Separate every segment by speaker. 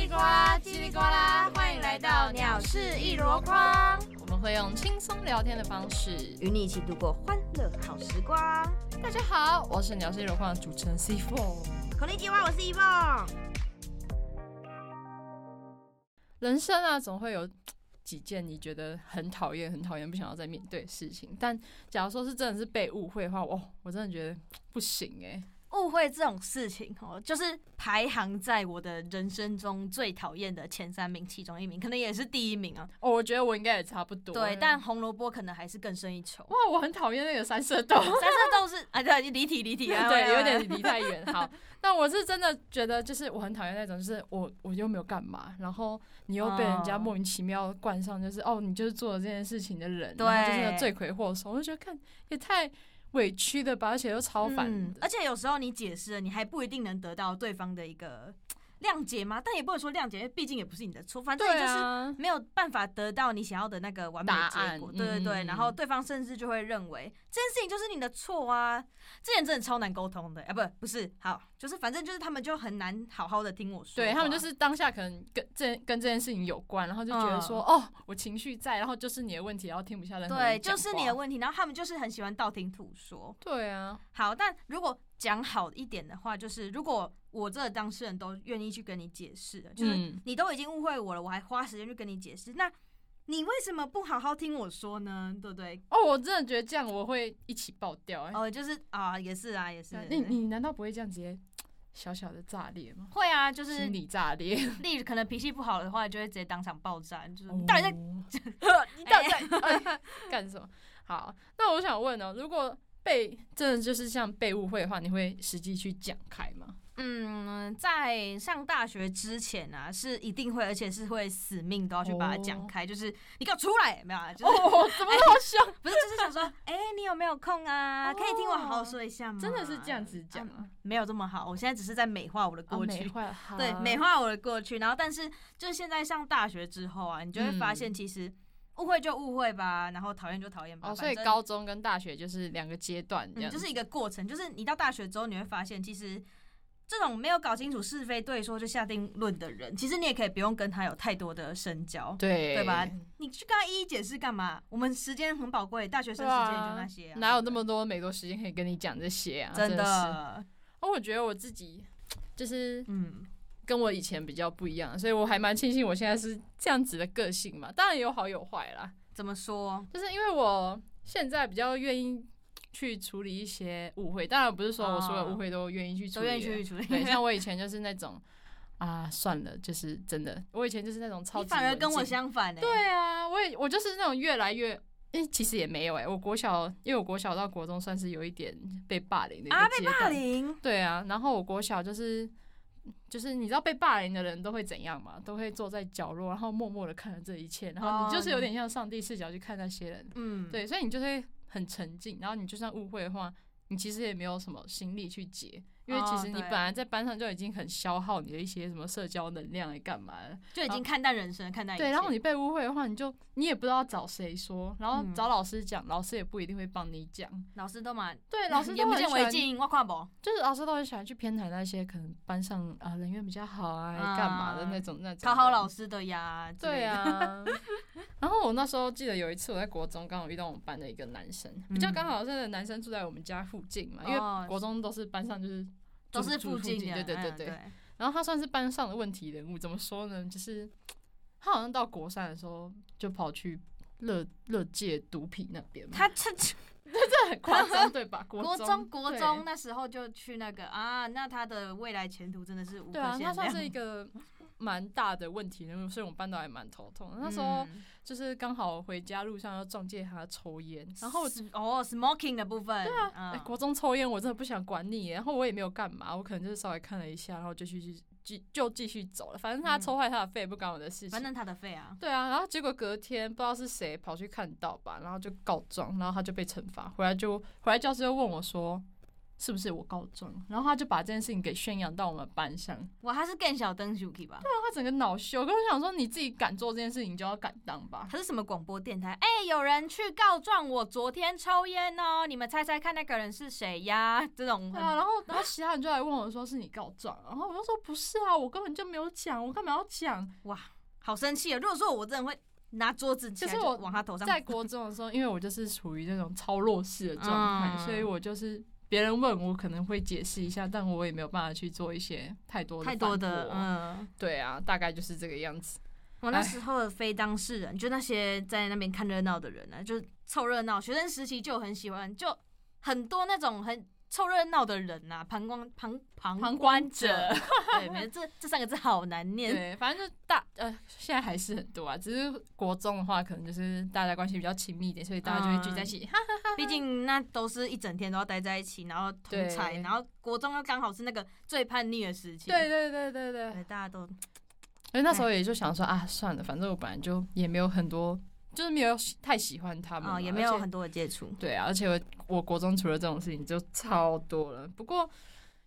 Speaker 1: 叽里呱啦，欢迎来到鸟事一箩筐，
Speaker 2: 我们会用轻松聊天的方式。
Speaker 1: 与你一起度过欢乐好时光。
Speaker 2: 大家好，我是鸟事有框的主持人 C Four。
Speaker 1: 口令计划，我是一梦。
Speaker 2: 人生啊，总会有几件你觉得很讨厌、很讨厌、不想要再面对的事情。但假如说是真的是被误会的话，哦，我真的觉得不行哎、
Speaker 3: 误会这种事情哦，就是排行在我的人生中最讨厌的前三名其中一名，可能也是第一名啊。
Speaker 2: 哦，我觉得我应该也差不多。
Speaker 3: 对，但红萝卜可能还是更胜一 筹。
Speaker 2: 哇，我很讨厌那个三色豆。
Speaker 3: 三色豆是啊，对，离题离 题啊，
Speaker 2: 对，有点离太远。 好，但我是真的觉得，就是我很讨厌那种，就是我我又没有干嘛，然后你又被人家
Speaker 3: 哦
Speaker 2: 莫名其妙冠上，就是哦，你就是做了这件事情的人，
Speaker 3: 对
Speaker 2: 然后就是那罪魁祸首。我就觉得看也太委屈了吧，而且又超烦
Speaker 3: 嗯
Speaker 2: 的。
Speaker 3: 而且有时候你解释了，你还不一定能得到对方的一个谅解嘛，但也不能说谅解，因为毕竟也不是你的错，反正你
Speaker 2: 对
Speaker 3: 就是
Speaker 2: 啊，
Speaker 3: 没有办法得到你想要的那个完美
Speaker 2: 答
Speaker 3: 结
Speaker 2: 案
Speaker 3: 果，对对对，
Speaker 2: 嗯
Speaker 3: 然后对方甚至就会认为这件事情就是你的错啊，这点真的超难沟通的，啊不不是，好，就是反正就是他们就很难好好的听我说，
Speaker 2: 对他们就。是当下可能跟这跟这件事情有关，然后就觉得说、哦，我情绪在，然后就是你的问题，然后听不下任何
Speaker 3: 嗯对，
Speaker 2: 人讲
Speaker 3: 就是你的
Speaker 2: 话。
Speaker 3: 问题，然后他们就是很喜欢道听途说。
Speaker 2: 对啊，
Speaker 3: 好，但如果讲好一点的话，就是如果我这个当事人都愿意去跟你解释了，就是
Speaker 2: 嗯
Speaker 3: 你都已经误会我了，我还花时间去跟你解释，那你为什么不好好听我说呢？对不对？
Speaker 2: 哦，我真的觉得这样我会一起爆掉、哎、
Speaker 3: 哦，就是啊，也是啊，也是。
Speaker 2: 你你难道不会这样直接小小的炸裂吗？
Speaker 3: 会啊，就
Speaker 2: 心
Speaker 3: 是
Speaker 2: 理炸裂，
Speaker 3: 例如可能脾气不好的话，就会直接当场爆炸，就是 你
Speaker 2: 你
Speaker 3: 到底在、
Speaker 2: 你到底在哦哎 干什么？好，那我想问哦，如果被真的就是像被误会的话，你会实际去讲开 吗？
Speaker 3: 嗯，在上大学之前啊，是一定会，而且是会死命都要去把它讲开，就是你给我出来，没有啊？就是、
Speaker 2: 哦，怎么好凶？
Speaker 3: 不是，就是想说，哎、你有没有空啊？
Speaker 2: 哦
Speaker 3: 可以听我好好说一下吗？
Speaker 2: 真的是这样子讲啊？
Speaker 3: 没有这么好，我现在只是在美化我的过去。
Speaker 2: 化
Speaker 3: 嗯
Speaker 2: 啊
Speaker 3: 对，美化我的过去，然后但是就是现在上大学之后啊，你就会发现其实误会就误会吧，然后讨厌就讨厌吧。
Speaker 2: 哦，所以
Speaker 3: 反正
Speaker 2: 高中跟大学就是两个阶段这
Speaker 3: 嗯，
Speaker 2: 样，
Speaker 3: 就是一个过程，就是你到大学之后，你会发现其实。这种没有搞清楚是非对错就下定论的人，其实你也可以不用跟他有太多的深交，
Speaker 2: 对
Speaker 3: 对吧？你去跟他一一解释干嘛？我们时间很宝贵，大学生
Speaker 2: 对
Speaker 3: 时间也就
Speaker 2: 啊
Speaker 3: 那些、啊，
Speaker 2: 哪有那么多美国时间可以跟你讲这些啊？
Speaker 3: 真
Speaker 2: 真是
Speaker 3: 的？
Speaker 2: 哦，我觉得我自己就是
Speaker 3: 嗯，
Speaker 2: 跟我以前比较不一样，所以我还蛮庆幸我现在是这样子的个性嘛。当然有好有坏啦，
Speaker 3: 怎么说？
Speaker 2: 就是因为我现在比较愿意去处理一些误会，当然不是说我所有误会都愿意去处
Speaker 3: 都
Speaker 2: 理啊，
Speaker 3: 愿 意去处理，
Speaker 2: 对，像我以前就是那种啊，算了，就是真的，我以前就是那种超
Speaker 3: 你
Speaker 2: 级
Speaker 3: 反而跟我
Speaker 2: 文静
Speaker 3: 相反呢、欸
Speaker 2: 对啊，我也我就是那种越来越。诶、其实也没有诶、我国小，因为我国小到国中算是有一点被霸凌的一个
Speaker 3: 啊，
Speaker 2: 阶
Speaker 3: 被
Speaker 2: 段
Speaker 3: 霸凌，
Speaker 2: 对啊，然后我国小就是就是你知道被霸凌的人都会怎样嘛？都会坐在角落，然后默默的看着这一切，然后你
Speaker 3: 哦
Speaker 2: 就是有点像上帝视角去看那些人，
Speaker 3: 嗯，
Speaker 2: 对，所以你就会很沉浸，然后你就算误会的话，你其实也没有什么心力去解，因为其
Speaker 3: 哦
Speaker 2: 实你
Speaker 3: 对
Speaker 2: 本来在班上就已经很消耗你的一些什么社交能量，来干嘛了？
Speaker 3: 就已经看淡人生，看淡一
Speaker 2: 对，
Speaker 3: 切
Speaker 2: 然后你被误会的话，你就你也不知道找谁说，然后
Speaker 3: 嗯
Speaker 2: 找老师讲，老师也不一定会帮你讲。
Speaker 3: 老师都嘛，
Speaker 2: 对，老 师
Speaker 3: 眼
Speaker 2: 都
Speaker 3: 不
Speaker 2: 很
Speaker 3: 见
Speaker 2: 喜
Speaker 3: 为
Speaker 2: 欢
Speaker 3: 净，我看不懂。
Speaker 2: 就是老师都很喜欢去偏袒那些可能班上啊、人缘比较好啊，
Speaker 3: 啊
Speaker 2: 干嘛的那种那种。
Speaker 3: 讨好老
Speaker 2: 师。
Speaker 3: 师的呀，之类
Speaker 2: 对
Speaker 3: 的，
Speaker 2: 啊。 然后我那时候记得有一次我在国中刚好遇到我们班的一个男生，比较刚好这个男生住在我们家附近嘛，因
Speaker 3: 嗯哦
Speaker 2: 为国中都是班上就是住。
Speaker 3: 都是
Speaker 2: 住
Speaker 3: 附
Speaker 2: 附
Speaker 3: 近的，
Speaker 2: 对对对
Speaker 3: 嗯
Speaker 2: 对。然后他算是班上的问题人物，怎么说呢？就是他好像到国三的时候就跑去乐乐界毒品那边嘛，
Speaker 3: 他这
Speaker 2: 这很夸张对 吧？ 国
Speaker 3: 国
Speaker 2: 中
Speaker 3: 中国
Speaker 2: 对
Speaker 3: 中那时候就去那个啊，那他的未来前途真的是无可
Speaker 2: 对啊，
Speaker 3: 限
Speaker 2: 他
Speaker 3: 量。
Speaker 2: 算是一个蛮大的问题人物，所以我们班导还蛮头痛的。 那时候
Speaker 3: 嗯
Speaker 2: 就是刚好回家路上要撞见他抽烟，然后我
Speaker 3: 是哦，smoking 的部分，对
Speaker 2: 哎、
Speaker 3: 啊
Speaker 2: 国中抽烟我真的不想管你耶，然后我也没有干嘛，我可能就是稍微看了一下，然后就去去继就继续走了。反正他
Speaker 3: 嗯
Speaker 2: 抽坏他的肺也不关我的事情，
Speaker 3: 反正他的肺啊，
Speaker 2: 对啊，然后结果隔天不知道是谁跑去看到吧，然后就告状，然后他就被惩罚，回来就回来教室又问我说：“是不是我告状？然后他就把这件事情给宣扬到我们班上，然
Speaker 3: 哇，他是更小灯 Suki 吧？
Speaker 2: 后他整个恼羞，跟我想说你自己敢做这件事情，你就要敢当吧。
Speaker 3: 他是什么广播电台？哎、有人去告状我昨天抽烟哦，你们猜猜看那个人是谁呀？这种
Speaker 2: 对啊，然后然后其他人就来问我说是你告状，然后我就说不是啊，我根本就没有讲，我干嘛要讲？
Speaker 3: 好生气啊！如果说我真的会拿桌子起来
Speaker 2: 可是
Speaker 3: 就
Speaker 2: 我
Speaker 3: 往他头上，
Speaker 2: 在国中的时候，因为我就是处于那种超弱势的状态，
Speaker 3: 嗯
Speaker 2: 所以我就是别人问我可能会解释一下，但我也没有办法去做一些太多的
Speaker 3: 太多
Speaker 2: 反
Speaker 3: 的
Speaker 2: 驳
Speaker 3: 嗯。
Speaker 2: 对啊，大概就是这个样子。
Speaker 3: 我那
Speaker 2: 哎
Speaker 3: 时候的非当事人，就那些在那边看热闹的人呢、就是凑热闹。学生时期就很喜欢，就很多那种很凑热闹的人呐、旁观旁
Speaker 2: 旁
Speaker 3: 旁观
Speaker 2: 观
Speaker 3: 者
Speaker 2: 者，
Speaker 3: 对，没有这这三个字好难念。
Speaker 2: 对，反正就大呃，现在还是很多啊，只是国中的话，可能就是大家关系比较亲密一点，所以大家就会聚在一
Speaker 3: 嗯
Speaker 2: 起。哈
Speaker 3: 毕竟那都是一整天都要待在一起，然后同
Speaker 2: 对
Speaker 3: 才，然后国中又刚好是那个最叛逆的时期，
Speaker 2: 对对对对对，
Speaker 3: 对，大家都
Speaker 2: 所以那
Speaker 3: 哎
Speaker 2: 时候也就想说啊，算了，反正我本来就也没有很多，就是没有太喜欢他们嘛、
Speaker 3: 啊、也
Speaker 2: 而
Speaker 3: 没有
Speaker 2: 且
Speaker 3: 很多的接触。
Speaker 2: 对啊，而且我我国中除了这种事情就超多了，不过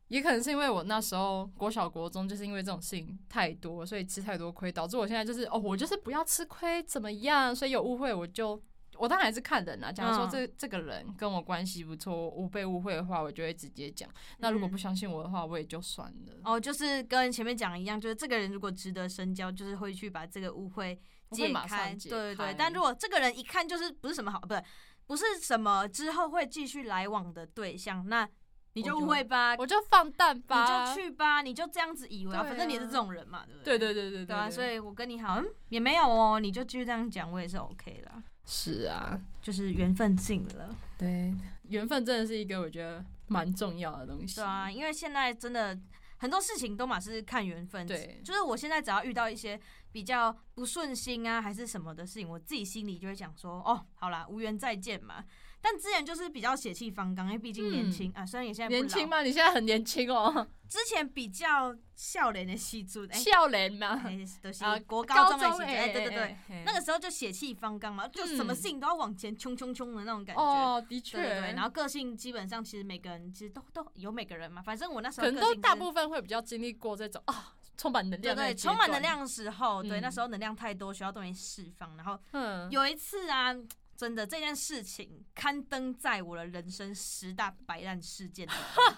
Speaker 2: 也可能是因为我那时候国小国中就是因为这种事情太多，所以吃太多亏，导致我现在就是哦，我就是不要吃亏怎么样，所以有误会我就。我当然还是看人啦、啊假如说
Speaker 3: 嗯
Speaker 2: 这、这个人跟我关系不错，我被误会的话，我就会直接讲。那如果不相信我的话，我也就算了。
Speaker 3: 嗯哦，就是跟前面讲一样，就是这个人如果值得深交，就是会去把这个误会
Speaker 2: 我会
Speaker 3: 解
Speaker 2: 马上
Speaker 3: 开，
Speaker 2: 解
Speaker 3: 对对对
Speaker 2: 开。
Speaker 3: 但如果这个人一看就是不是什么好，不是不是什么之后会继续来往的对象，那你
Speaker 2: 我
Speaker 3: 就
Speaker 2: 就
Speaker 3: 误会吧，
Speaker 2: 我就放蛋吧，
Speaker 3: 你就去吧，你就这样子以为、啊，
Speaker 2: 对啊
Speaker 3: 反正你也是这种人嘛，对不
Speaker 2: 对。
Speaker 3: 对？
Speaker 2: 对对对对
Speaker 3: 对啊，所以我跟你好像、嗯、也没有哦，你就继续这样讲，我也是 OK 啦，
Speaker 2: 是啊，
Speaker 3: 就是缘分尽了。
Speaker 2: 对，缘分真的是一个我觉得蛮重要的东西。
Speaker 3: 对啊，因为现在真的很多事情都嘛是看缘分。
Speaker 2: 对
Speaker 3: 就是我现在只要遇到一些比较不顺心啊，还是什么的事情，我自己心里就会想说，哦，好啦，无缘再见嘛。但之前就是比较血气方刚，因为毕竟年轻、啊，虽然也现在不
Speaker 2: 嗯
Speaker 3: 老
Speaker 2: 年轻，吗？你现在很年轻哦，
Speaker 3: 之前比较笑脸的戏剧，哎、
Speaker 2: 笑脸嘛，
Speaker 3: 哎都、
Speaker 2: 啊
Speaker 3: 是国高中的戏
Speaker 2: 中
Speaker 3: 剧，哎、对对对，
Speaker 2: 对
Speaker 3: 那个时候就血气方刚嘛，就什么事情都要往前冲冲冲的那种感
Speaker 2: 嗯
Speaker 3: 觉。
Speaker 2: 哦，的确，
Speaker 3: 对对对，然后个性基本上其实每个人其实都都有每个人嘛，反正我那时候
Speaker 2: 可能
Speaker 3: 个
Speaker 2: 都
Speaker 3: 性
Speaker 2: 大
Speaker 3: 是
Speaker 2: 部分会比较经历过这种啊，充满能
Speaker 3: 对
Speaker 2: 量，
Speaker 3: 对，充满能，量的时候，
Speaker 2: 嗯
Speaker 3: 对，那时候能量太多，学校都没释放。然后
Speaker 2: 嗯，
Speaker 3: 有一次啊，真的这件事情刊登在我的人生十大白烂事件里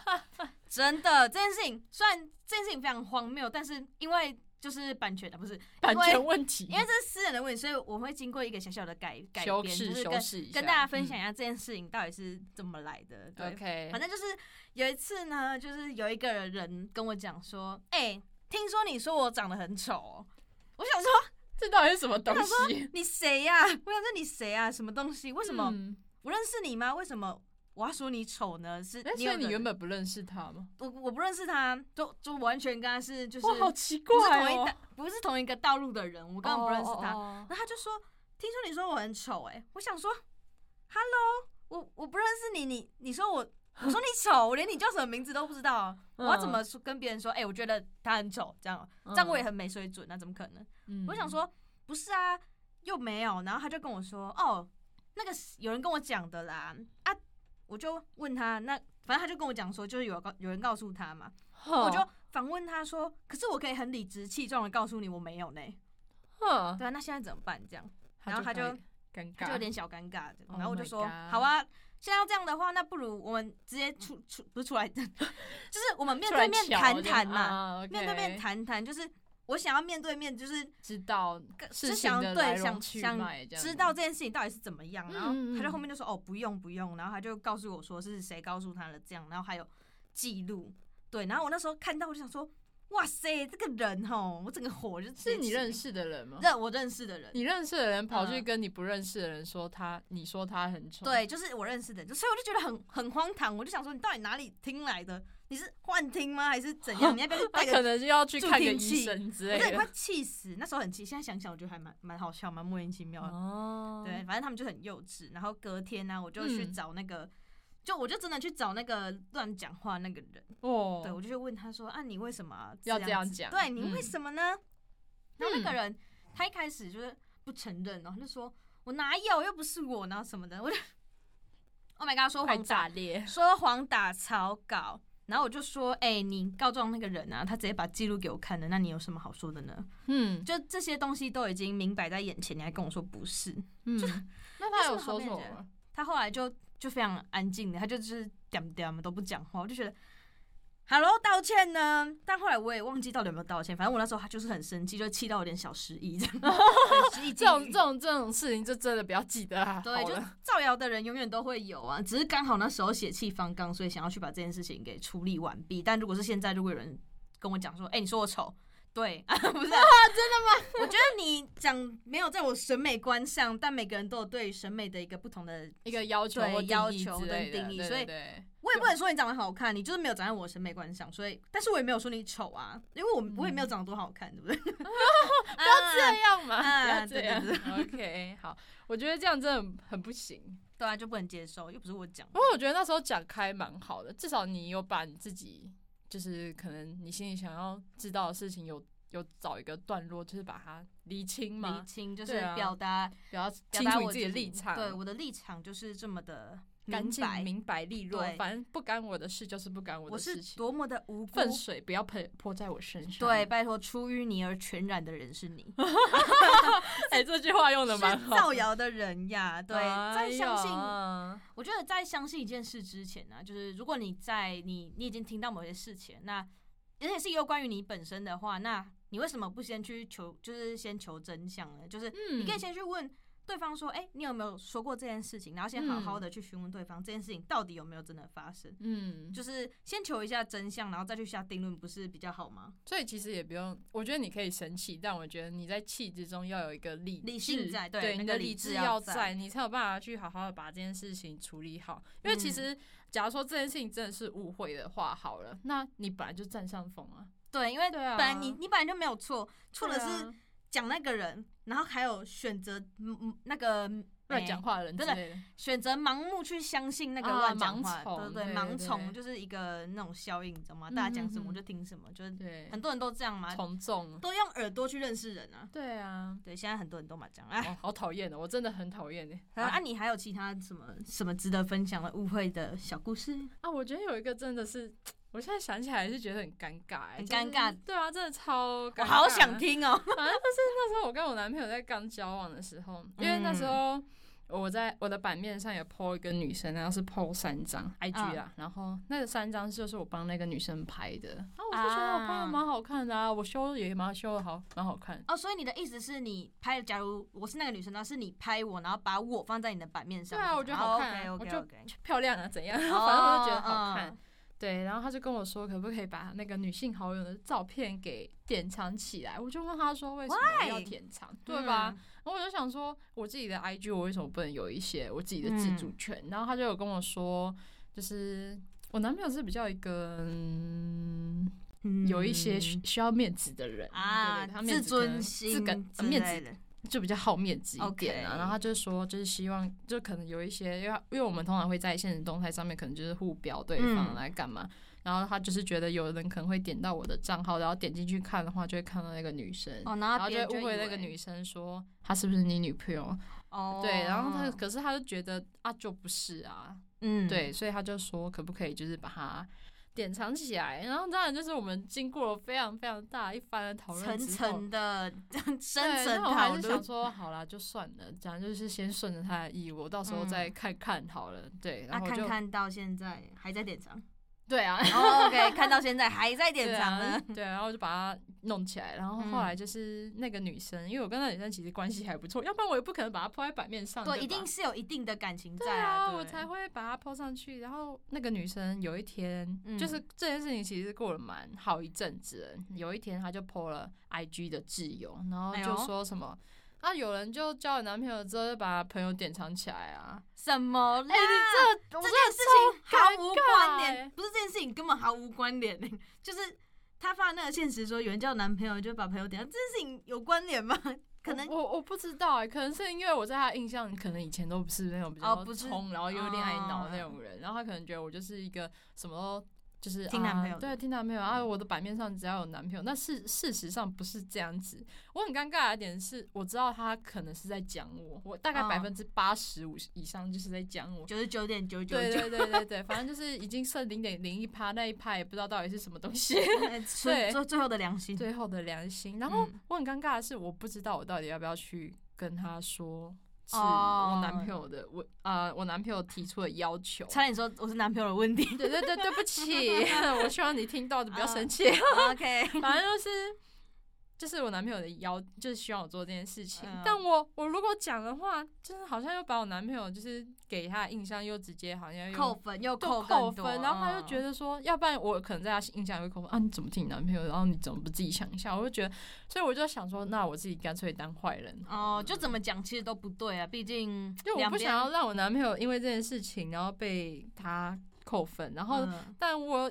Speaker 3: 面真的这件事情，虽然这件事情非常荒谬，但是因为就是版权的不是，
Speaker 2: 版
Speaker 3: 因
Speaker 2: 权
Speaker 3: 为
Speaker 2: 问题，
Speaker 3: 因为这是私人的问题，所以我会经过一个小小的改改
Speaker 2: 修
Speaker 3: 编，就
Speaker 2: 饰
Speaker 3: 是
Speaker 2: 修
Speaker 3: 跟
Speaker 2: 饰一下，
Speaker 3: 跟大家分享一下这件事情到底是怎么来的。对
Speaker 2: 嗯。OK，
Speaker 3: 反正就是有一次呢，就是有一个人跟我讲说：“哎、听说你说我长得很丑、哦。”我想说
Speaker 2: 这到底是什么东西？
Speaker 3: 你谁呀、我想说你谁啊？什么东西？为
Speaker 2: 为
Speaker 3: 什么、我认识你吗？为什么我要说你丑呢？是
Speaker 2: 哎，
Speaker 3: 有
Speaker 2: 所以你
Speaker 3: 人
Speaker 2: 原本不认识他吗？
Speaker 3: 我我不认识他，就就完全跟他是就是
Speaker 2: 哇，好奇
Speaker 3: 不是
Speaker 2: 怪
Speaker 3: 同一
Speaker 2: 哦
Speaker 3: 道，不是同一个道路的人，我
Speaker 2: 我
Speaker 3: 根本不认识他。
Speaker 2: 他，
Speaker 3: 然后他就说：“听说你说我很丑，哎，我想说，Hello，我我不认识你，你你说我，我说你丑，我连你叫什么名字都不知道，啊
Speaker 2: 哦
Speaker 3: 我
Speaker 2: 嗯
Speaker 3: 要怎么说跟别人说？哎、我觉得他很丑，这样这样我也很没水准，那啊怎么可能？
Speaker 2: 嗯
Speaker 3: 我想，说，不是啊，又没有。然后他就跟我说，哦，那个是有人跟我讲的啦，啊，我就问他，那反正他就跟我讲说，就是有告有人告诉他嘛，我
Speaker 2: 我
Speaker 3: 就反问他说，可是我可以很理直气壮的告诉你，我没有呢。对啊，那现在怎么办？这样然后他就
Speaker 2: 会尴
Speaker 3: 他
Speaker 2: 尬，
Speaker 3: 就有点小尴尬的。
Speaker 2: Oh
Speaker 3: 然后我就
Speaker 2: my
Speaker 3: 说，
Speaker 2: God
Speaker 3: 好啊。现在要这样的话，那不如我们直接出出不是出来， 就是我们面
Speaker 2: 出来
Speaker 3: 对面
Speaker 2: 瞧
Speaker 3: 谈
Speaker 2: 这
Speaker 3: 谈
Speaker 2: 样
Speaker 3: 嘛，
Speaker 2: 啊，OK
Speaker 3: 面对面谈谈，就是我想要面对面，就是
Speaker 2: 知道
Speaker 3: 跟
Speaker 2: 事情
Speaker 3: 是想
Speaker 2: 的
Speaker 3: 对
Speaker 2: 来
Speaker 3: 想
Speaker 2: 龙去脉
Speaker 3: 想
Speaker 2: 这样
Speaker 3: 知
Speaker 2: 子
Speaker 3: 道这件事情到底是怎么样，然后
Speaker 2: 嗯嗯
Speaker 3: 他就
Speaker 2: 嗯
Speaker 3: 后面就说哦不用不用，然后他就告诉我说是谁告诉他的这样，然后还有记录，对，然后我那时候看到我就想说哇塞这个人吼，我整个火就是
Speaker 2: 你认
Speaker 3: 识
Speaker 2: 识的人吗？
Speaker 3: 认我认识的人，
Speaker 2: 你认识的人跑去
Speaker 3: 嗯
Speaker 2: 跟你不认识的人说他，你说他很丑，
Speaker 3: 对，就是我认识的人，所以我就觉得很很荒唐，我就想说你到底哪里听来的？你是幻听吗？还是怎 样？你要不要去
Speaker 2: 他
Speaker 3: 带
Speaker 2: 可
Speaker 3: 个？
Speaker 2: 能就要去
Speaker 3: 助
Speaker 2: 看个
Speaker 3: 听器
Speaker 2: 医生之
Speaker 3: 我
Speaker 2: 类
Speaker 3: 真的快
Speaker 2: 的。
Speaker 3: 气死，那时候很气，现在想想我觉得还蛮蛮好笑，蛮莫名其妙的。
Speaker 2: 哦
Speaker 3: 对，，反正他们就很幼稚。然后隔天呢、我就去
Speaker 2: 嗯
Speaker 3: 找那个，就我就真的去找那个乱讲话那个人。
Speaker 2: 哦，
Speaker 3: 对，我就去问他说：“啊，你为什么
Speaker 2: 要
Speaker 3: 这
Speaker 2: 这样
Speaker 3: 子
Speaker 2: 讲
Speaker 3: 对你为
Speaker 2: 嗯
Speaker 3: 什么呢？”然后那个
Speaker 2: 嗯
Speaker 3: 人、他一开哦始就是不承认，然后就说：“我哪有，又不是我，然后什么的。”我就 Oh my god，说
Speaker 4: 快
Speaker 3: 谎打
Speaker 4: 炸裂！
Speaker 3: 说谎打草稿，然后我就说，哎、你告状那个人啊，他直接把记录给我看的，那你有什么好说的呢？
Speaker 2: 嗯
Speaker 3: 就这些东西都已经明摆在眼前，你还跟我说不是？
Speaker 2: 嗯，那
Speaker 3: 为
Speaker 2: 他
Speaker 3: 什
Speaker 2: 有
Speaker 3: 么
Speaker 2: 说
Speaker 3: 好
Speaker 2: 什
Speaker 3: 面
Speaker 2: 么
Speaker 3: 子
Speaker 2: 吗？
Speaker 3: 他后来就就非常安静的，他就就是点点都不讲话，我就觉得。Hello，道歉呢？但后来我也忘记到底有没有道歉，反正我那时候他就是很生气，就气到有点小失忆这样。对失忆
Speaker 2: 这种
Speaker 3: 金鱼
Speaker 2: 这种这种事情就真的不要记得啊。
Speaker 3: 对，
Speaker 2: 好
Speaker 3: 就
Speaker 2: 了
Speaker 3: 造谣的人永远都会有啊，只是刚好那时候血气方刚，所以想要去把这件事情给处理完毕。但如果是现在，如果有人跟我讲说，哎、你说我丑，对， 啊、不是、真的吗？我觉得你讲没有在我审美观上，但每个人都有对审美的一个不同的，
Speaker 2: 一个要求
Speaker 3: 对
Speaker 2: 或定义
Speaker 3: 要求
Speaker 2: 之
Speaker 3: 跟
Speaker 2: 类的
Speaker 3: 定义
Speaker 2: 对
Speaker 3: 所
Speaker 2: 对
Speaker 3: 以
Speaker 2: 对
Speaker 3: 我也不能说你长得好看，你就是没有长在我审美观上，所以，但是我也没有说你丑啊，因为我我也没有长得多好看，对不 对？不要
Speaker 2: 这样嘛，不
Speaker 3: 啊
Speaker 2: 要这样。OK，好，我觉得这样真的很不行。
Speaker 3: 对啊，就不能接受，又不是我 讲
Speaker 2: 不。过我觉得那时候讲开蛮好的，至少你有把你自己，就是可能你心里想要知道的事情有，有找一个段落，就是把它厘清
Speaker 3: 厘
Speaker 2: 嘛，
Speaker 3: 清就是
Speaker 2: 对啊
Speaker 3: 表达
Speaker 2: 比较
Speaker 3: 表
Speaker 2: 清
Speaker 3: 达
Speaker 2: 楚你
Speaker 3: 我
Speaker 2: 自己的立场，
Speaker 3: 对，我的立场就是这么的
Speaker 2: 干
Speaker 3: 明
Speaker 2: 净、
Speaker 3: 白，
Speaker 2: 明白、利落，
Speaker 3: 对
Speaker 2: 反正不干我的事就是不干我的
Speaker 3: 我是
Speaker 2: 事情，
Speaker 3: 多么的无辜。
Speaker 2: 粪水不要喷泼在我身上。
Speaker 3: 对，，拜托，出淤泥而全染的人是 你，
Speaker 2: 哎、这句话用的蛮
Speaker 3: 是
Speaker 2: 好。
Speaker 3: 造谣的人呀。对，在相信，
Speaker 2: 哎
Speaker 3: 我觉得在相信一件事之前呢、就是如果你在你你已经听到某些事情，那而且是有关于你本身的话，那你为什么不先去求，就是先求真相呢？就是
Speaker 2: 呀，
Speaker 3: 你可以
Speaker 2: 嗯，
Speaker 3: 先去问对方说，哎、你有没有说过这件事情？然后先好好的去询问对方，这件事情到底有没有真的发生？
Speaker 2: 嗯，
Speaker 3: 就是先求一下真相，然后再去下定论，不是比较好吗？
Speaker 2: 所以其实也不用，我觉得你可以生气，但我觉得你在气之中要有一个理
Speaker 3: 理
Speaker 2: 理
Speaker 3: 性在对
Speaker 2: 对，
Speaker 3: 那
Speaker 2: 你
Speaker 3: 个
Speaker 2: 的
Speaker 3: 理
Speaker 2: 理
Speaker 3: 智
Speaker 2: 智
Speaker 3: 要
Speaker 2: 要
Speaker 3: 在
Speaker 2: 在，你才有办法去好好的把这件事情处理好。因
Speaker 3: 嗯
Speaker 2: 为其实，假如说这件事情真的是误会的话，好了，那你本来就占上风啊。
Speaker 3: 对，因为
Speaker 2: 对啊
Speaker 3: 本来你你本来就没有错，错的
Speaker 2: 对啊
Speaker 3: 是讲那个人，然后还有选择嗯嗯那个
Speaker 2: 乱讲，
Speaker 3: 诶
Speaker 2: 话的人之
Speaker 3: 哎真的
Speaker 2: 类的，
Speaker 3: 选择盲目去相信那个
Speaker 2: 啊
Speaker 3: 乱讲
Speaker 2: 盲
Speaker 3: 话，
Speaker 2: 从
Speaker 3: 对对，
Speaker 2: 对
Speaker 3: 盲
Speaker 2: 对
Speaker 3: 从
Speaker 2: 对
Speaker 3: 就是一个那种效应，你知道吗？大家讲什么我
Speaker 2: 嗯嗯嗯
Speaker 3: 就听什么，就是
Speaker 2: 对，
Speaker 3: 很多人都这样嘛，
Speaker 2: 从众，啊
Speaker 3: 都用耳朵去认识人啊。
Speaker 2: 对啊，
Speaker 3: 对，现在很多人都嘛这样，哎，
Speaker 2: 哦，好讨厌的，我真的很讨厌哎。
Speaker 3: 啊，你还有其他什么什么值得分享的误会的小故事？
Speaker 2: 啊，我觉得有一个真的是，我现在想起来是觉得很尴尬、欸，
Speaker 3: 很
Speaker 2: 就是
Speaker 3: 尴尬
Speaker 2: 对啊，真的超尴尬。
Speaker 3: 我好想听哦。
Speaker 2: 反正就是那时候我跟我男朋友在刚交往的时候，因为那时候我在我的版面上有 po 一个女生，然后是 po 三张 IG 啦，然后那个三张就是我帮那个女生拍的，啊，我就觉得我拍的蛮好看的啊，我修也蛮修的好，蛮好看。
Speaker 3: 哦，所以你的意思是你拍，假如我是那个女生，那是你拍我，然后把我放在你的版面上。
Speaker 2: 对啊我觉得好看啊
Speaker 3: OK
Speaker 2: 我
Speaker 3: OK
Speaker 2: 就
Speaker 3: OK，
Speaker 2: 漂亮啊，怎样？ 反
Speaker 3: 反
Speaker 2: 正我就觉得好
Speaker 3: 嗯
Speaker 2: 看。
Speaker 3: 哦
Speaker 2: 对，然后他就跟我说，可不可以把那个女性好友的照片给典藏起来？我就问他说，为什么
Speaker 3: Why？嗯
Speaker 2: 要典藏？对吧？？然后我就想说，我自己的 IG 我为什么不能有一些我自己的自主
Speaker 3: 嗯
Speaker 2: 权？然后他就有跟我说，就是我男朋友是比较一个、嗯
Speaker 3: 嗯
Speaker 2: 有一些需需要面子的人
Speaker 3: 啊
Speaker 2: 对对他面
Speaker 3: 自
Speaker 2: 子可
Speaker 3: 尊
Speaker 2: 能自
Speaker 3: 心
Speaker 2: 感
Speaker 3: 之
Speaker 2: 呃面
Speaker 3: 类
Speaker 2: 子
Speaker 3: 的
Speaker 2: 就比较好面子一点
Speaker 3: OK
Speaker 2: 啊。然后他就说，就是希望就可能有一些，因为因为我们通常会在现实动态上面，可能就是互标对
Speaker 3: 嗯
Speaker 2: 方来干嘛。然后他就是觉得有人可能会点到我的账号，然后点进去看的话，就会看到那个女生，
Speaker 3: 哦，
Speaker 2: 然
Speaker 3: 然后
Speaker 2: 后就
Speaker 3: 别人
Speaker 2: 会误
Speaker 3: 以
Speaker 2: 会那个
Speaker 3: 为
Speaker 2: 女生说她是不是你女朋友？
Speaker 3: 哦，
Speaker 2: 对，然后他可是他就觉得啊就不是啊，
Speaker 3: 嗯
Speaker 2: 对，所以他就说可不可以就是把它典藏起来，然后当然就是我们经过了非常非常大一番的讨论
Speaker 3: 层
Speaker 2: 之后。
Speaker 3: 层的深
Speaker 2: 对，
Speaker 3: 层
Speaker 2: 那我还
Speaker 3: 讨
Speaker 2: 是想
Speaker 3: 论，
Speaker 2: 说，好啦，就算了，这样就是先顺着他的意，我到时候再看看好了。对，
Speaker 3: 那
Speaker 2: 然后就
Speaker 3: 嗯啊看看到现在还在 典藏
Speaker 2: 对啊，
Speaker 3: 哦，OK，看到现在嗯还 在典
Speaker 2: 对
Speaker 3: 藏
Speaker 2: 啊
Speaker 3: 呢，，
Speaker 2: 对，然后就把它弄起来。然后后来就是那个女生，因为我跟那女生其实关系还不错，要不然我也不可能把它抛在版面上。
Speaker 3: 对，
Speaker 2: 吧
Speaker 3: 一定是有一定的感情
Speaker 2: 对
Speaker 3: 在
Speaker 2: 啊，
Speaker 3: 对
Speaker 2: 我才会把它抛上去。然后那个女生有一天，
Speaker 3: 嗯
Speaker 2: 就是这件事情其实过了蛮好一阵子了。有一天，她就抛了 IG 的挚友，然后
Speaker 3: 哎呦
Speaker 2: 就说什么。啊！有人就交了男朋友之后，就把朋友典藏起来啊！
Speaker 3: 什么啦？
Speaker 2: 这我真
Speaker 3: 哎这件
Speaker 2: 的
Speaker 3: 事情毫
Speaker 2: 超尴
Speaker 3: 无
Speaker 2: 尬
Speaker 3: 关联，
Speaker 2: 欸
Speaker 3: 不是这件事情根本毫无关联，欸就是她发那个现实说有人叫男朋友就把朋友点，这件事情有关联吗？ 可能
Speaker 2: 我我我不知道哎、可能是因为我在他印象，可能以前都不是那种比
Speaker 3: 哦
Speaker 2: 较
Speaker 3: 不是
Speaker 2: 冲，然后又恋爱脑
Speaker 3: 哦
Speaker 2: 那种人，然后他可能觉得我就是一个什么都就是
Speaker 3: 听男朋友
Speaker 2: 啊、
Speaker 3: 的
Speaker 2: 对听男朋友啊，我的版面上只要有男朋友，那事事实上不是这样子。我很尴尬的点是，我知道他可能是在讲我，我大概
Speaker 3: 嗯
Speaker 2: 百分之八十五以上就是在讲 我。
Speaker 3: 九十九点九九
Speaker 2: 对
Speaker 3: 九，
Speaker 2: 对对对对，反正就是已经剩零点零一趴，那一趴也不知道到底是什么东西。
Speaker 3: 最最最后的良心，
Speaker 2: 最后的良心。然后
Speaker 3: 嗯
Speaker 2: 我很尴尬的是，我不知道我到底要不要去跟他说，是
Speaker 3: 哦
Speaker 2: 我男朋友的，我啊、我男朋友提出的要求。
Speaker 3: 差点说我是男朋友的问题。
Speaker 2: 对对对，对不起， 我希望你听到的不要生气。
Speaker 3: OK，
Speaker 2: 呃反正就是。就是我男朋友的要，就是希望我做这件事情。
Speaker 3: 嗯
Speaker 2: 但我我如果讲的话，就是好像又把我男朋友就是给他的印象又直接好像又
Speaker 3: 扣分又
Speaker 2: 就
Speaker 3: 扣
Speaker 2: 扣
Speaker 3: 更多
Speaker 2: 分，然后他就觉
Speaker 3: 得
Speaker 2: 得说，要不然我可能在他印象里会扣分啊，你怎么听你男朋友？然后你怎么不自己想一下？我就觉得，所以我就想说，那我自己干脆当坏人。
Speaker 3: 哦，就怎么讲其实都不对啊，毕竟
Speaker 2: 因为我不
Speaker 3: 两边
Speaker 2: 想要让我男朋友因为这件事情，然后被他扣分，然后、
Speaker 3: 嗯
Speaker 2: 但我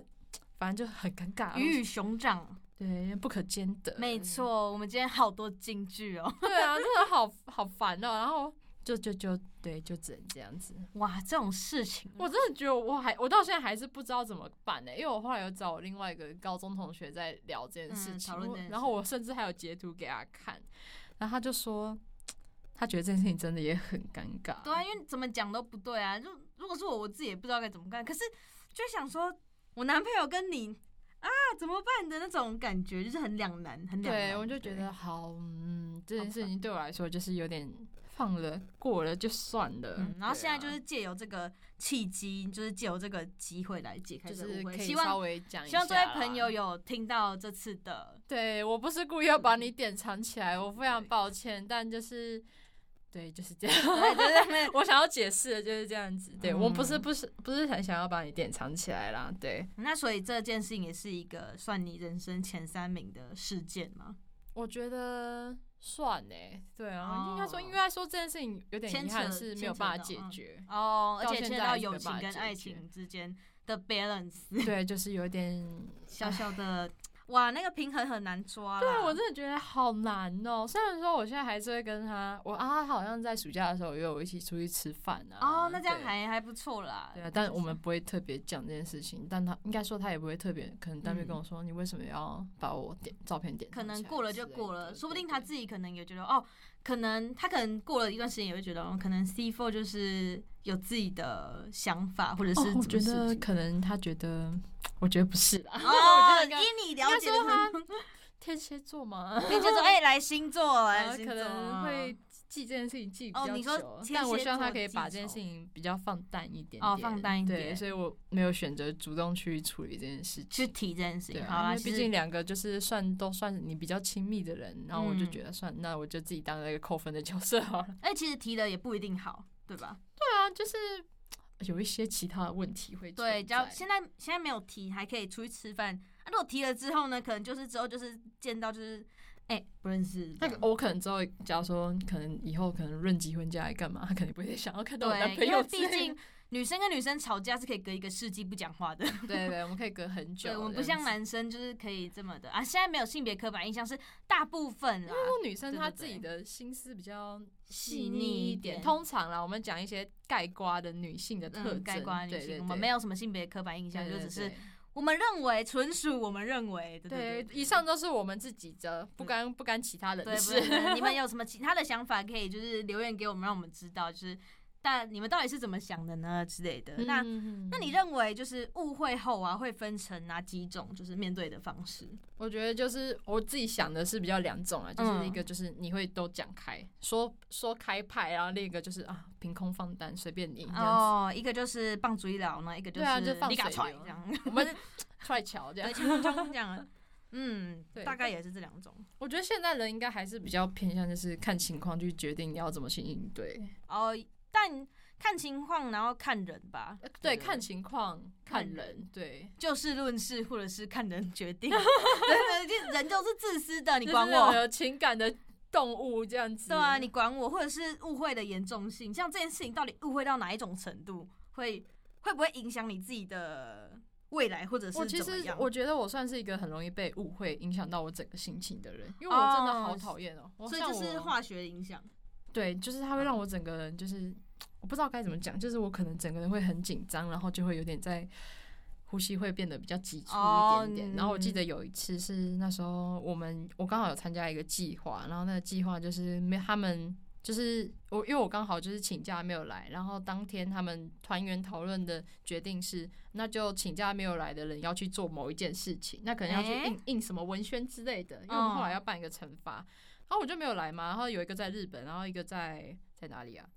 Speaker 2: 反正就很尴尬，
Speaker 3: 鱼与熊掌，
Speaker 2: 对，不可兼得，
Speaker 3: 没，错，我们今天好多金句 哦，
Speaker 2: 对啊，真的好好烦哦、然后就就就对，就只能这样子。
Speaker 3: 哇，这种事情
Speaker 2: 我真的觉得我还我到现在还是不知道怎么办呢、欸因为我后来有找我另外一个高中同学在聊这件事
Speaker 3: 嗯
Speaker 2: 情，
Speaker 3: 讨论
Speaker 2: 我
Speaker 3: 这件事
Speaker 2: 然后我甚至还有截图给他看，然后他就说他觉得这件事情真的也很尴尬，
Speaker 3: 对啊，因为怎么讲都不对啊。就如果是我，我自己也不知道该怎么干。可是就想说，我男朋友跟你啊怎么办的那种感觉，就是很两难，很两难。
Speaker 2: 对，我就觉
Speaker 3: 对
Speaker 2: 得好，嗯，这件事情对我来说就是有点放了过了就算了，
Speaker 3: 嗯，然后
Speaker 2: 对
Speaker 3: 现在
Speaker 2: 啊
Speaker 3: 就是借由这个契机，就是借由这个机会来解开
Speaker 2: 就
Speaker 3: 这个
Speaker 2: 是
Speaker 3: 误会。
Speaker 2: 可以
Speaker 3: 希
Speaker 2: 稍
Speaker 3: 望
Speaker 2: 微讲一
Speaker 3: 希望这位
Speaker 2: 下啦
Speaker 3: 朋友有听到这次 的，
Speaker 2: 对我不是故意要把你点藏起来，我非常抱歉，但就是对，就是这样。
Speaker 3: 对对对，
Speaker 2: 我想要解释的就是这样子，对、
Speaker 3: 嗯
Speaker 2: 我不是不是不是很想要把你典藏起来啦，对，
Speaker 3: 那所以这件事情也是一个算你人生前三名的事件嘛？
Speaker 2: 我觉得算呢、对啊，
Speaker 3: 哦
Speaker 2: 应该说应该说这件事情有点遗
Speaker 3: 牵
Speaker 2: 憾
Speaker 3: 扯
Speaker 2: 是没有办法解决，
Speaker 3: 哦，而
Speaker 2: 到
Speaker 3: 且
Speaker 2: 现
Speaker 3: 牵扯
Speaker 2: 在
Speaker 3: 到
Speaker 2: 还是
Speaker 3: 友
Speaker 2: 没
Speaker 3: 情
Speaker 2: 办法
Speaker 3: 跟
Speaker 2: 解
Speaker 3: 爱
Speaker 2: 决
Speaker 3: 情之间的 balance。
Speaker 2: 对，就是有点，
Speaker 3: 小小的，哇，那个平衡很难抓啦。
Speaker 2: 对我真的觉得好难哦、虽然说我现在还是会跟他，我啊，他好像在暑假的时候约我一起出去吃饭啊，
Speaker 3: 哦，那这样
Speaker 2: 对
Speaker 3: 还还不错啦。
Speaker 2: 对啊，但我们不会特别讲这件事情，但他应该说他也不会特别，可能单位跟我说、你为什么要把我点照片点，
Speaker 3: 嗯可能过了就过了，说不定他
Speaker 2: 己。对
Speaker 3: 自己可能也觉得哦，可能他可能过了一段时间也会觉得，哦，可能 C four 就是有自己的想法或者是
Speaker 2: 哦
Speaker 3: 怎，
Speaker 2: 我
Speaker 3: 么
Speaker 2: 觉
Speaker 3: 事
Speaker 2: 得
Speaker 3: 情。
Speaker 2: 可能他觉得，我觉得不 是啦。我觉
Speaker 3: 哦
Speaker 2: 得应，该
Speaker 3: 依你
Speaker 2: 应
Speaker 3: 了
Speaker 2: 该
Speaker 3: 解
Speaker 2: 说他
Speaker 3: 的，
Speaker 2: 天蝎座嘛，
Speaker 3: 你就说哎，来星 座，
Speaker 2: 然
Speaker 3: 来
Speaker 2: 后哦
Speaker 3: 星
Speaker 2: 可
Speaker 3: 座，啊嗯
Speaker 2: 能会记这件事情记比较
Speaker 3: 哦你
Speaker 2: 久，
Speaker 3: 说天
Speaker 2: 但我
Speaker 3: 蝎
Speaker 2: 希望
Speaker 3: 座
Speaker 2: 他可以
Speaker 3: 记
Speaker 2: 把这件
Speaker 3: 仇
Speaker 2: 事情比较放淡一点点，
Speaker 3: 哦放淡一
Speaker 2: 对，
Speaker 3: 点
Speaker 2: 所以我没有选择主动去处理这件事
Speaker 3: 去
Speaker 2: 情。
Speaker 3: 提这件事
Speaker 2: 对
Speaker 3: 情。
Speaker 2: 啊，
Speaker 3: 好
Speaker 2: 因
Speaker 3: 啦，
Speaker 2: 为
Speaker 3: 其
Speaker 2: 毕
Speaker 3: 实
Speaker 2: 竟两个就是算都算你比较亲密的人，然后我就
Speaker 3: 嗯
Speaker 2: 觉得算，那我就自己当了一个扣分的角色好了。
Speaker 3: 哎，其实提的也不一定好，对吧？
Speaker 2: 对啊，就是有一些其他的问题会
Speaker 3: 对，
Speaker 2: 存
Speaker 3: 只要
Speaker 2: 在
Speaker 3: 现在现在没有提，还可以出去吃饭。啊，如果提了之后呢，可能就是之后就是见到就是，哎、不认识这
Speaker 2: 那
Speaker 3: 样。
Speaker 2: 个我可能之后，假如说可能以后可能论及婚嫁来干嘛，他肯定不会想要看到我男朋
Speaker 3: 对，因
Speaker 2: 友
Speaker 3: 为
Speaker 2: 之
Speaker 3: 毕
Speaker 2: 类的。
Speaker 3: 竟 女生跟女生吵架是可以隔一个世纪不讲话的。
Speaker 2: 对对，我们可以隔很久。
Speaker 3: 对，我们
Speaker 2: 这
Speaker 3: 不
Speaker 2: 样
Speaker 3: 像
Speaker 2: 子。
Speaker 3: 男生就是可以这么的啊。现在没有性别刻板印象是大部分啦，
Speaker 2: 因为女生
Speaker 3: 对
Speaker 2: 她
Speaker 3: 对
Speaker 2: 自己的心思比较
Speaker 3: 细
Speaker 2: 腻
Speaker 3: 腻一点。
Speaker 2: 通常啦，我们讲一些盖瓜的女性的特
Speaker 3: 嗯，
Speaker 2: 征，
Speaker 3: 该关女
Speaker 2: 对对
Speaker 3: 性，我们
Speaker 2: 对
Speaker 3: 没有什么性别刻板印象，
Speaker 2: 对
Speaker 3: 就
Speaker 2: 对
Speaker 3: 只是
Speaker 2: 对
Speaker 3: 我们认为纯属我们认为，对对
Speaker 2: 对，以上都是我们自己的，不
Speaker 3: 对
Speaker 2: 干不干其他人
Speaker 3: 对，
Speaker 2: 的
Speaker 3: 不
Speaker 2: 事。
Speaker 3: 是你 们有什么其他的想法，可以就是留言给我们，让我们知道，就是但你们到底是怎么想的呢之类的。那
Speaker 2: 嗯
Speaker 3: 那你认为就是误会后啊，会分成哪几种就是面对的方式？
Speaker 2: 我觉得就是我自己想的是比较两种啊，
Speaker 3: 嗯
Speaker 2: 就是一个就是你会都讲开，说说开派，然后另一个就是啊凭空放荡，随便你这样子，
Speaker 3: 哦，一个就是棒主一聊呢，一个
Speaker 2: 对啊就是放
Speaker 3: 你敢
Speaker 2: 水
Speaker 3: 踹
Speaker 2: 流
Speaker 3: 这样，
Speaker 2: 我们踹桥这样
Speaker 3: 对，。冲冲这 样。嗯
Speaker 2: 对，
Speaker 3: 大概也是这两种。
Speaker 2: 我觉得现在人应该还是比较偏向就是看情况去决定你要怎么去应对，
Speaker 3: 哦，但看情况，然后看人吧
Speaker 2: 呃。对，看情况看
Speaker 3: 看
Speaker 2: 人，对，
Speaker 3: 就事论事，或者是看人决 定。对对，对就人就是自私的，你
Speaker 2: 就是
Speaker 3: 管
Speaker 2: 那
Speaker 3: 我
Speaker 2: 种。有情感的动物这样子。
Speaker 3: 对啊，你管我，或者是误会的严重性，像这件事情到底误会到哪一种程度，会会不会影响你自己的未来，或者是
Speaker 2: 我其
Speaker 3: 怎么
Speaker 2: 实
Speaker 3: 样？
Speaker 2: 我觉得我算是一个很容易被误会影响到我整个心情的人，因为我真的好
Speaker 3: 哦
Speaker 2: 讨厌哦。我
Speaker 3: 所以
Speaker 2: 像
Speaker 3: 这是
Speaker 2: 我
Speaker 3: 化学影响，
Speaker 2: 对，就是它会让我整个人就是我不知道该怎么讲，就是我可能整个人会很紧张，然后就会有点在呼吸会变得比较急促
Speaker 3: 哦
Speaker 2: 一点点。然后我记
Speaker 3: 嗯
Speaker 2: 得有一次是那时候我们我刚好有参加一个计划，然后那个计划就是没他们就是我因为我刚好就是请假没有来，然后当天他们团员讨论的决定是，那就请假没有来的人要去做某一件事情，那可能要去
Speaker 3: 诶嗯
Speaker 2: 印印什么文宣之类的，因为我们后来要办一个惩罚。然后我就没有来嘛，然后有一个在日本，然后一个在在哪里啊？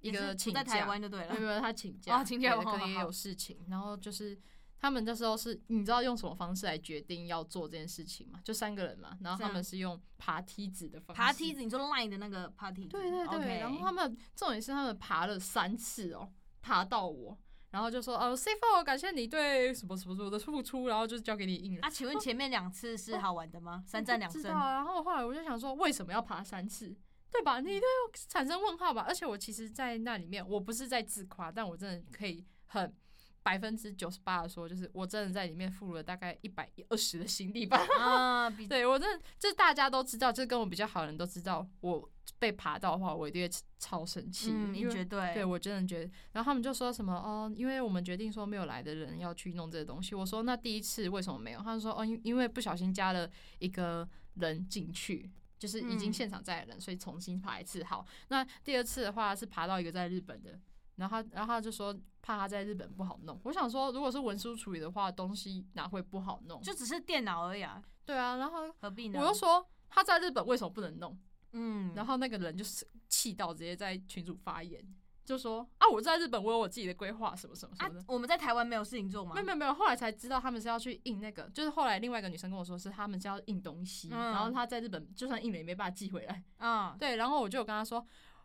Speaker 2: 一
Speaker 3: 也是
Speaker 2: 个
Speaker 3: 不
Speaker 2: 请假
Speaker 3: 在台湾就 对了
Speaker 2: 没有，没有，他请假，
Speaker 3: 哦请假
Speaker 2: 对
Speaker 3: 好
Speaker 2: 可能
Speaker 3: 好
Speaker 2: 也
Speaker 3: 好
Speaker 2: 有事情。然后就是他们那时候是，你知道用什么方式来决定要做这件事情吗？就三个人嘛，然后
Speaker 3: 这
Speaker 2: 他
Speaker 3: 样
Speaker 2: 们是用爬梯子的方式，
Speaker 3: 爬梯子，你说 Line 的那个爬梯子，
Speaker 2: 对对对
Speaker 3: OK
Speaker 2: 然后他们重点是他们爬了三次哦，爬到我。然后就说哦 C four，感谢你对什么什么什么的付出，然后就交给你印了。
Speaker 3: 啊，请问前面两次是好玩的吗？三战两
Speaker 2: 知
Speaker 3: 胜
Speaker 2: 道。啊。然后后来我就想说，为什么要爬三次？对吧？
Speaker 3: 嗯
Speaker 2: 你都要产生问号吧？而且我其实，在那里面，我不是在自夸，但我真的可以很百分之九十八的说，就是我真的在里面付了大概一百二十的心力吧。
Speaker 3: 啊，比
Speaker 2: 对我真的，就是大家都知道，就是跟我比较好的人都知道，我被爬到的话，我一定会超生气，
Speaker 3: 嗯，
Speaker 2: 因为
Speaker 3: 绝对
Speaker 2: 对我真的觉得，然后他们就说什么哦，因为我们决定说没有来的人要去弄这个东西。我说那第一次为什么没有？他们说哦，因因为不小心加了一个人进去。就是已经
Speaker 3: 嗯
Speaker 2: 现场在的人，所以重新爬一次。好，那第二次的话是爬到一个在日本的，然后他然后他就说怕他在日本不好弄。我想说，如果是文书处理的话，东西哪会不好弄？
Speaker 3: 就只是电脑而已啊，
Speaker 2: 对啊，然后
Speaker 3: 何必呢？
Speaker 2: 我又说他在日本为什么不能弄？
Speaker 3: 嗯，
Speaker 2: 然
Speaker 3: 后
Speaker 2: 后那个人就是气到直接在群主发言，就说啊，我在日本我有我自己的规划，什么什么什
Speaker 3: 啊
Speaker 2: 么的。，
Speaker 3: 我们在台湾没有事情做吗？
Speaker 2: 没有没有没有，后来才知道他们是要去印那个，就是后来另外一个女生跟我说是他们是要印东西，
Speaker 3: 嗯
Speaker 2: 然后她在日本就算印了也没办法寄回来。
Speaker 3: 嗯，
Speaker 2: 对，然后我就有跟她说，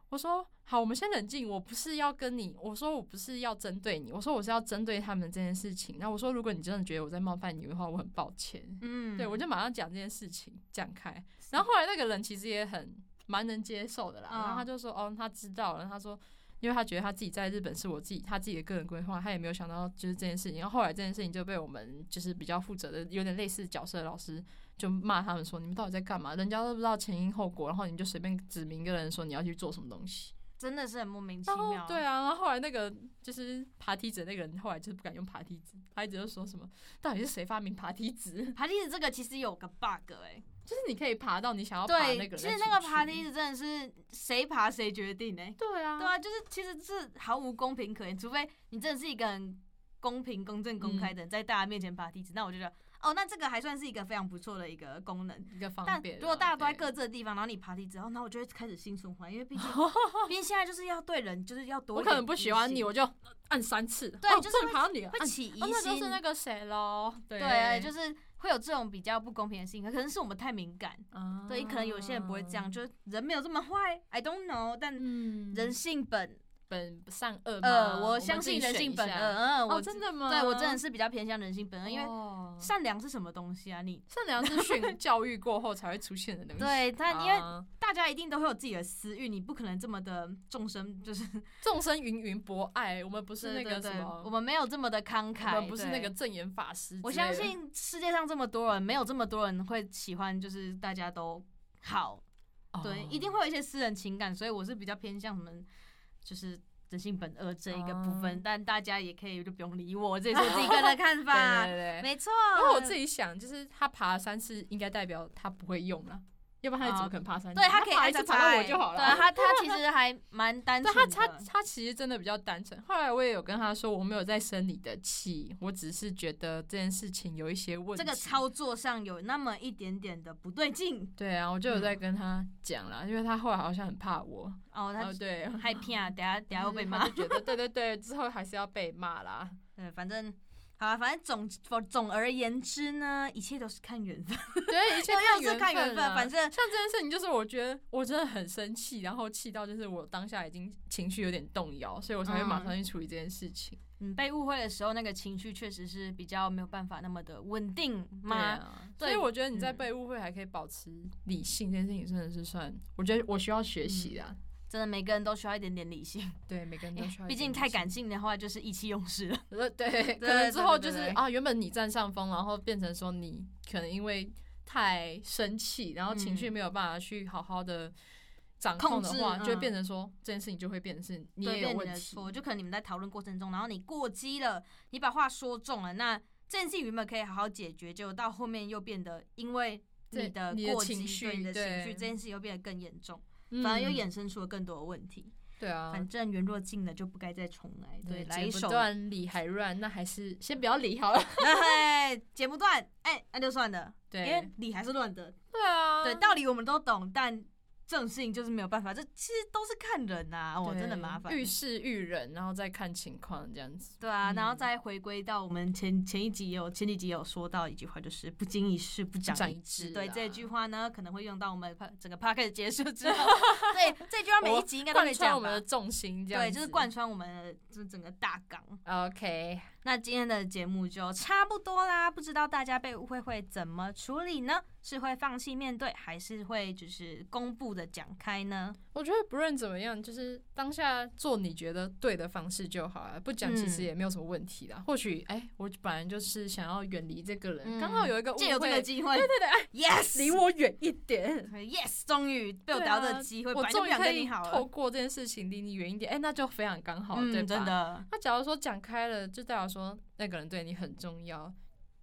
Speaker 2: 我说好，我们先冷静，我不是要跟你，我说我不是要针对你，我说我是要针对他们这件事情。那我说如果你真的觉得我在冒犯你的话，我很抱歉。
Speaker 3: 嗯，
Speaker 2: 对，我就马上讲这件事情，讲开。然后后来那个人其实也很蛮能接受的啦，
Speaker 3: 嗯
Speaker 2: 然后他就说，哦，他知道了，他说。因为他觉得他自己在日本是我自己他自己的个人规划，他也没有想到就是这件事情。然后后来这件事情就被我们就是比较负责的有点类似角色的老师就骂他们说你们到底在干嘛？人家都不知道前因后果，然后你就随便指明一个人说你要去做什么东西。
Speaker 3: 真的是很莫名其
Speaker 2: 然后
Speaker 3: 妙。
Speaker 2: 对，啊，然后后来那个就是爬梯子的那个人后来就是不敢用爬梯子，他一直就说什么到底是谁发明爬梯子？
Speaker 3: 爬梯子这个其实有个 bug 哎，
Speaker 2: 就是你可以爬到你想要爬那
Speaker 3: 对，
Speaker 2: 个人。
Speaker 3: 其实那个爬梯，子真的是谁爬谁决定哎，
Speaker 2: 对啊，
Speaker 3: 对啊，就是其实是毫无公平可言，除非你真的是一个很公平、公正、公开
Speaker 2: 嗯
Speaker 3: 的人，在大家面前爬梯子，那我就觉得哦，那这个还算是一个非常不错的一个功能。
Speaker 2: 一个方
Speaker 3: 但
Speaker 2: 便啊。
Speaker 3: 如果大家都在
Speaker 2: 对
Speaker 3: 各自的地方，然后你爬梯子，然后那我就会开始心存怀疑，因为 毕竟毕竟现在就是要对人，就是要多。
Speaker 2: 我可能不喜欢你，，我就按三次。
Speaker 3: 对
Speaker 2: 哦
Speaker 3: 就是
Speaker 2: 终于爬到你了，
Speaker 3: 会
Speaker 2: 按
Speaker 3: 起疑
Speaker 2: 哦，那就
Speaker 3: 心
Speaker 2: 是。那个谁喽。对
Speaker 3: 对，就是是会有这种比较不公平的事情，可能是我们太敏感。
Speaker 2: 啊哦
Speaker 3: 对，可能有些人不会这样，。就是人没有这么坏，I don't know，但
Speaker 2: 嗯，
Speaker 3: 人性本
Speaker 2: 本善恶嘛。
Speaker 3: 恶，
Speaker 2: 我
Speaker 3: 我
Speaker 2: 们
Speaker 3: 相
Speaker 2: 自己
Speaker 3: 信人
Speaker 2: 选
Speaker 3: 性
Speaker 2: 一
Speaker 3: 本
Speaker 2: 下
Speaker 3: 恶。。嗯，
Speaker 2: 哦，
Speaker 3: 我
Speaker 2: 真的吗？
Speaker 3: 对我真的是比较偏向人性本恶，因为
Speaker 2: 哦
Speaker 3: 善良是什么东西啊？你
Speaker 2: 善良是 训教育过后才会出现的东西。
Speaker 3: 对他，因为
Speaker 2: 嗯啊
Speaker 3: 大家一定都会有自己的私欲，你不可能这么的众生，就是
Speaker 2: 众生芸芸博爱，我们不是那
Speaker 3: 对对
Speaker 2: 个什
Speaker 3: 对，
Speaker 2: 么，
Speaker 3: 我们没有这么的慷
Speaker 2: 我
Speaker 3: 慨，
Speaker 2: 们不是那
Speaker 3: 对
Speaker 2: 个。正言法师。
Speaker 3: 我相，信世界上这么多人，没有这么多人会喜欢，就是大家都好，对，
Speaker 2: 哦
Speaker 3: 一定会有一些私人情感，所以我是比较偏向什么，就是人性本恶这一个部分，
Speaker 2: 哦
Speaker 3: 但大家也可以就不用理我，这也是我自己个人 的看法
Speaker 2: 对。对对。
Speaker 3: 没啊错，
Speaker 2: 然后我自己想，就是他爬了三次，应该代表他不会用了，要不然他怎么可能爬三次？
Speaker 3: 哦对他可以
Speaker 2: 爬一
Speaker 3: 爱
Speaker 2: 次
Speaker 3: 再
Speaker 2: 爬到我
Speaker 3: 欸
Speaker 2: 就好
Speaker 3: 对啊
Speaker 2: 了。
Speaker 3: 他，他其实还 蛮单
Speaker 2: 对
Speaker 3: 纯
Speaker 2: 他
Speaker 3: 的。
Speaker 2: 他他其实真的比较单纯。后来我也有跟他说，我没有在生你的气，我只是觉得这件事情有一些问题。
Speaker 3: 这个操作上有那么一点点的不对劲
Speaker 2: 对啊，我就有在
Speaker 3: 嗯
Speaker 2: 跟他讲啦，因为他后来好像很怕我。
Speaker 3: 哦，
Speaker 2: 哦，
Speaker 3: 他
Speaker 2: 对，
Speaker 3: 害怕，等下等下又被
Speaker 2: 他
Speaker 3: 骂
Speaker 2: 就。觉得对对对，之后还是要被骂 啦。
Speaker 3: 嗯，反正好了，反正总总总而言之呢，一切都是看缘分，
Speaker 2: 对，一切
Speaker 3: 又
Speaker 2: 缘
Speaker 3: 是看缘
Speaker 2: 啦
Speaker 3: 分，反正
Speaker 2: 像这件事情，就是我觉得我真的很生气，然后气到就是我当下已经情绪有点动摇，所以我才会马上去处理这件事情。
Speaker 3: 嗯被误会的时候，那个情绪确实是比较没有办法那么的稳定嘛。
Speaker 2: 啊，
Speaker 3: 对
Speaker 2: 所
Speaker 3: 嗯
Speaker 2: 以我觉得你在被误会还可以保持理性，这件事情真的是算，我觉得我需要学习
Speaker 3: 嗯
Speaker 2: 啦。
Speaker 3: 真的，每个人都需要一点点理性，
Speaker 2: 对，每个 人都需要。
Speaker 3: 哎毕竟太感，性的话就是意气用事了。
Speaker 2: 呃， 对，可能之后
Speaker 3: 对
Speaker 2: 就
Speaker 3: 对
Speaker 2: 是
Speaker 3: 对对
Speaker 2: 啊，原本你占上风，然后变成说你可能因为太生气，然后情绪
Speaker 3: 嗯
Speaker 2: 没有办法去好好的掌控的
Speaker 3: 控制
Speaker 2: 话，
Speaker 3: 嗯
Speaker 2: 就会变成说这件事情就会变成是你
Speaker 3: 对
Speaker 2: 也有
Speaker 3: 变你
Speaker 2: 问
Speaker 3: 的
Speaker 2: 题。
Speaker 3: 错，就可能你们在讨论过程中，然后你过激了，你把话说重了，那这件事情原本可以好好解决，结果到后面又变得因为
Speaker 2: 这
Speaker 3: 你的
Speaker 2: 你的
Speaker 3: 过激
Speaker 2: 情
Speaker 3: 对
Speaker 2: 绪
Speaker 3: 你的
Speaker 2: 对
Speaker 3: 情绪，这件事情又变得更严重，
Speaker 2: 嗯
Speaker 3: 反而又衍生出了更多的问题。
Speaker 2: 对啊，
Speaker 3: 反正圆若尽了就不该再重来，对，来一
Speaker 2: 剪不
Speaker 3: 首，
Speaker 2: 断理还乱，那还是先不要理好了。
Speaker 3: 哎，剪不断，哎，那就算了，因 为
Speaker 2: 对
Speaker 3: 理还是乱的，
Speaker 2: 对啊，
Speaker 3: 对，道理我们都懂，但这种事情就是没有办法，这其实都是看人呐、啊，我真的
Speaker 2: 对
Speaker 3: 麻烦。
Speaker 2: 遇事遇人，然后再看情况这样子。
Speaker 3: 对啊，
Speaker 2: 嗯
Speaker 3: 然后再回归到我们前前一集也有前几集也有说到一句话，就是不经一事不长
Speaker 2: 长一
Speaker 3: 一智。
Speaker 2: 智
Speaker 3: 对
Speaker 2: 啊
Speaker 3: 这句话呢，可能会用到我们 pa- 整个 p a r k 结束 之后。对这句话每一集应该都会
Speaker 2: 贯穿
Speaker 3: 讲
Speaker 2: 我们
Speaker 3: 吧
Speaker 2: 的。重心，这样
Speaker 3: 对，就是
Speaker 2: 子
Speaker 3: 贯穿我们的这整个大纲。
Speaker 2: OK，
Speaker 3: 那今天的节目就差不多啦，不知道大家被误会会怎么处理呢？是会放弃面对，还是会就是公布的讲开呢？
Speaker 2: 我觉得不论怎么样，就是当下做你觉得对的方式就好了，不讲其实
Speaker 3: 嗯
Speaker 2: 也没有什么问题啦。或许哎、我本来就是想要远离这个人，
Speaker 3: 嗯
Speaker 2: 刚、好有一个误
Speaker 3: 借由这个
Speaker 2: 会，
Speaker 3: 机会，对对
Speaker 2: 哎
Speaker 3: 对，yes，
Speaker 2: 离我远一点，
Speaker 3: Yes，终于被我
Speaker 2: 对
Speaker 3: 逮到
Speaker 2: 啊
Speaker 3: 这个机会，
Speaker 2: 我
Speaker 3: 本来就
Speaker 2: 终
Speaker 3: 不
Speaker 2: 于
Speaker 3: 想
Speaker 2: 可
Speaker 3: 跟你
Speaker 2: 以
Speaker 3: 好
Speaker 2: 透
Speaker 3: 了。嗯
Speaker 2: 过这件事情离你远一点，哎、那就非常刚好，对吧？
Speaker 3: 真的，
Speaker 2: 那假如说讲开了，就代表说那个人对你很重要，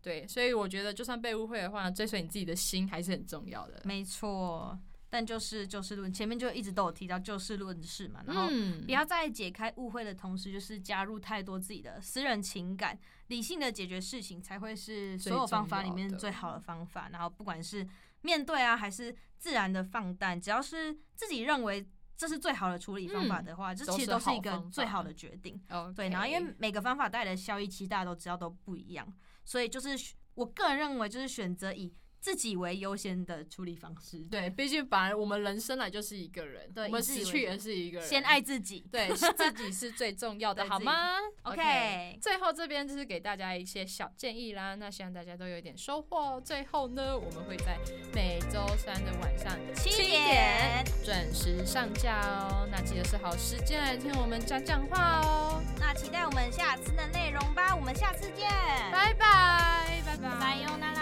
Speaker 2: 对，所以我觉得就算被误会的话，追随你自己的心还是很重要的。
Speaker 3: 没错。但就是就事论，前面就一直都有提到就事论事嘛，然后
Speaker 2: 嗯
Speaker 3: 不要在解开误会的同时，就是加入太多自己的私人情感，理性的解决事情才会是所有方法里面
Speaker 2: 最重要的
Speaker 3: 最好的方法。然后不管是面对啊，还是自然的放淡，只要是自己认为这是最好的处理方法
Speaker 2: 嗯
Speaker 3: 的话，这
Speaker 2: 都
Speaker 3: 其实
Speaker 2: 是
Speaker 3: 都是一
Speaker 2: 好
Speaker 3: 个
Speaker 2: 方
Speaker 3: 最
Speaker 2: 法
Speaker 3: 好的决定。
Speaker 2: o
Speaker 3: 对，然后因为每个方法带来的效益，其实大家都知道都不一样，所以就是选我个人认为，就是选择以自己为优先的处理方式，
Speaker 2: 对，毕竟本来我们人生来就是一个人，
Speaker 3: 对
Speaker 2: 我们
Speaker 3: 以自己
Speaker 2: 死
Speaker 3: 为
Speaker 2: 去
Speaker 3: 主
Speaker 2: 也是一个人，
Speaker 3: 先爱自己。
Speaker 2: 对自己是最重要的，
Speaker 3: 对
Speaker 2: 好吗
Speaker 3: OK
Speaker 2: 最后这边就是给大家一些小建议啦，那希望大家都有一点收获。哦最后呢，我们会在每周三的晚上
Speaker 3: 七
Speaker 2: 七
Speaker 3: 点，
Speaker 2: 准时上架哦，那记得是好时间来听我们讲讲话哦，
Speaker 3: 那期待我们下次的内容吧，我们下次见，
Speaker 2: 拜拜，拜拜，
Speaker 3: 拜拜哟，那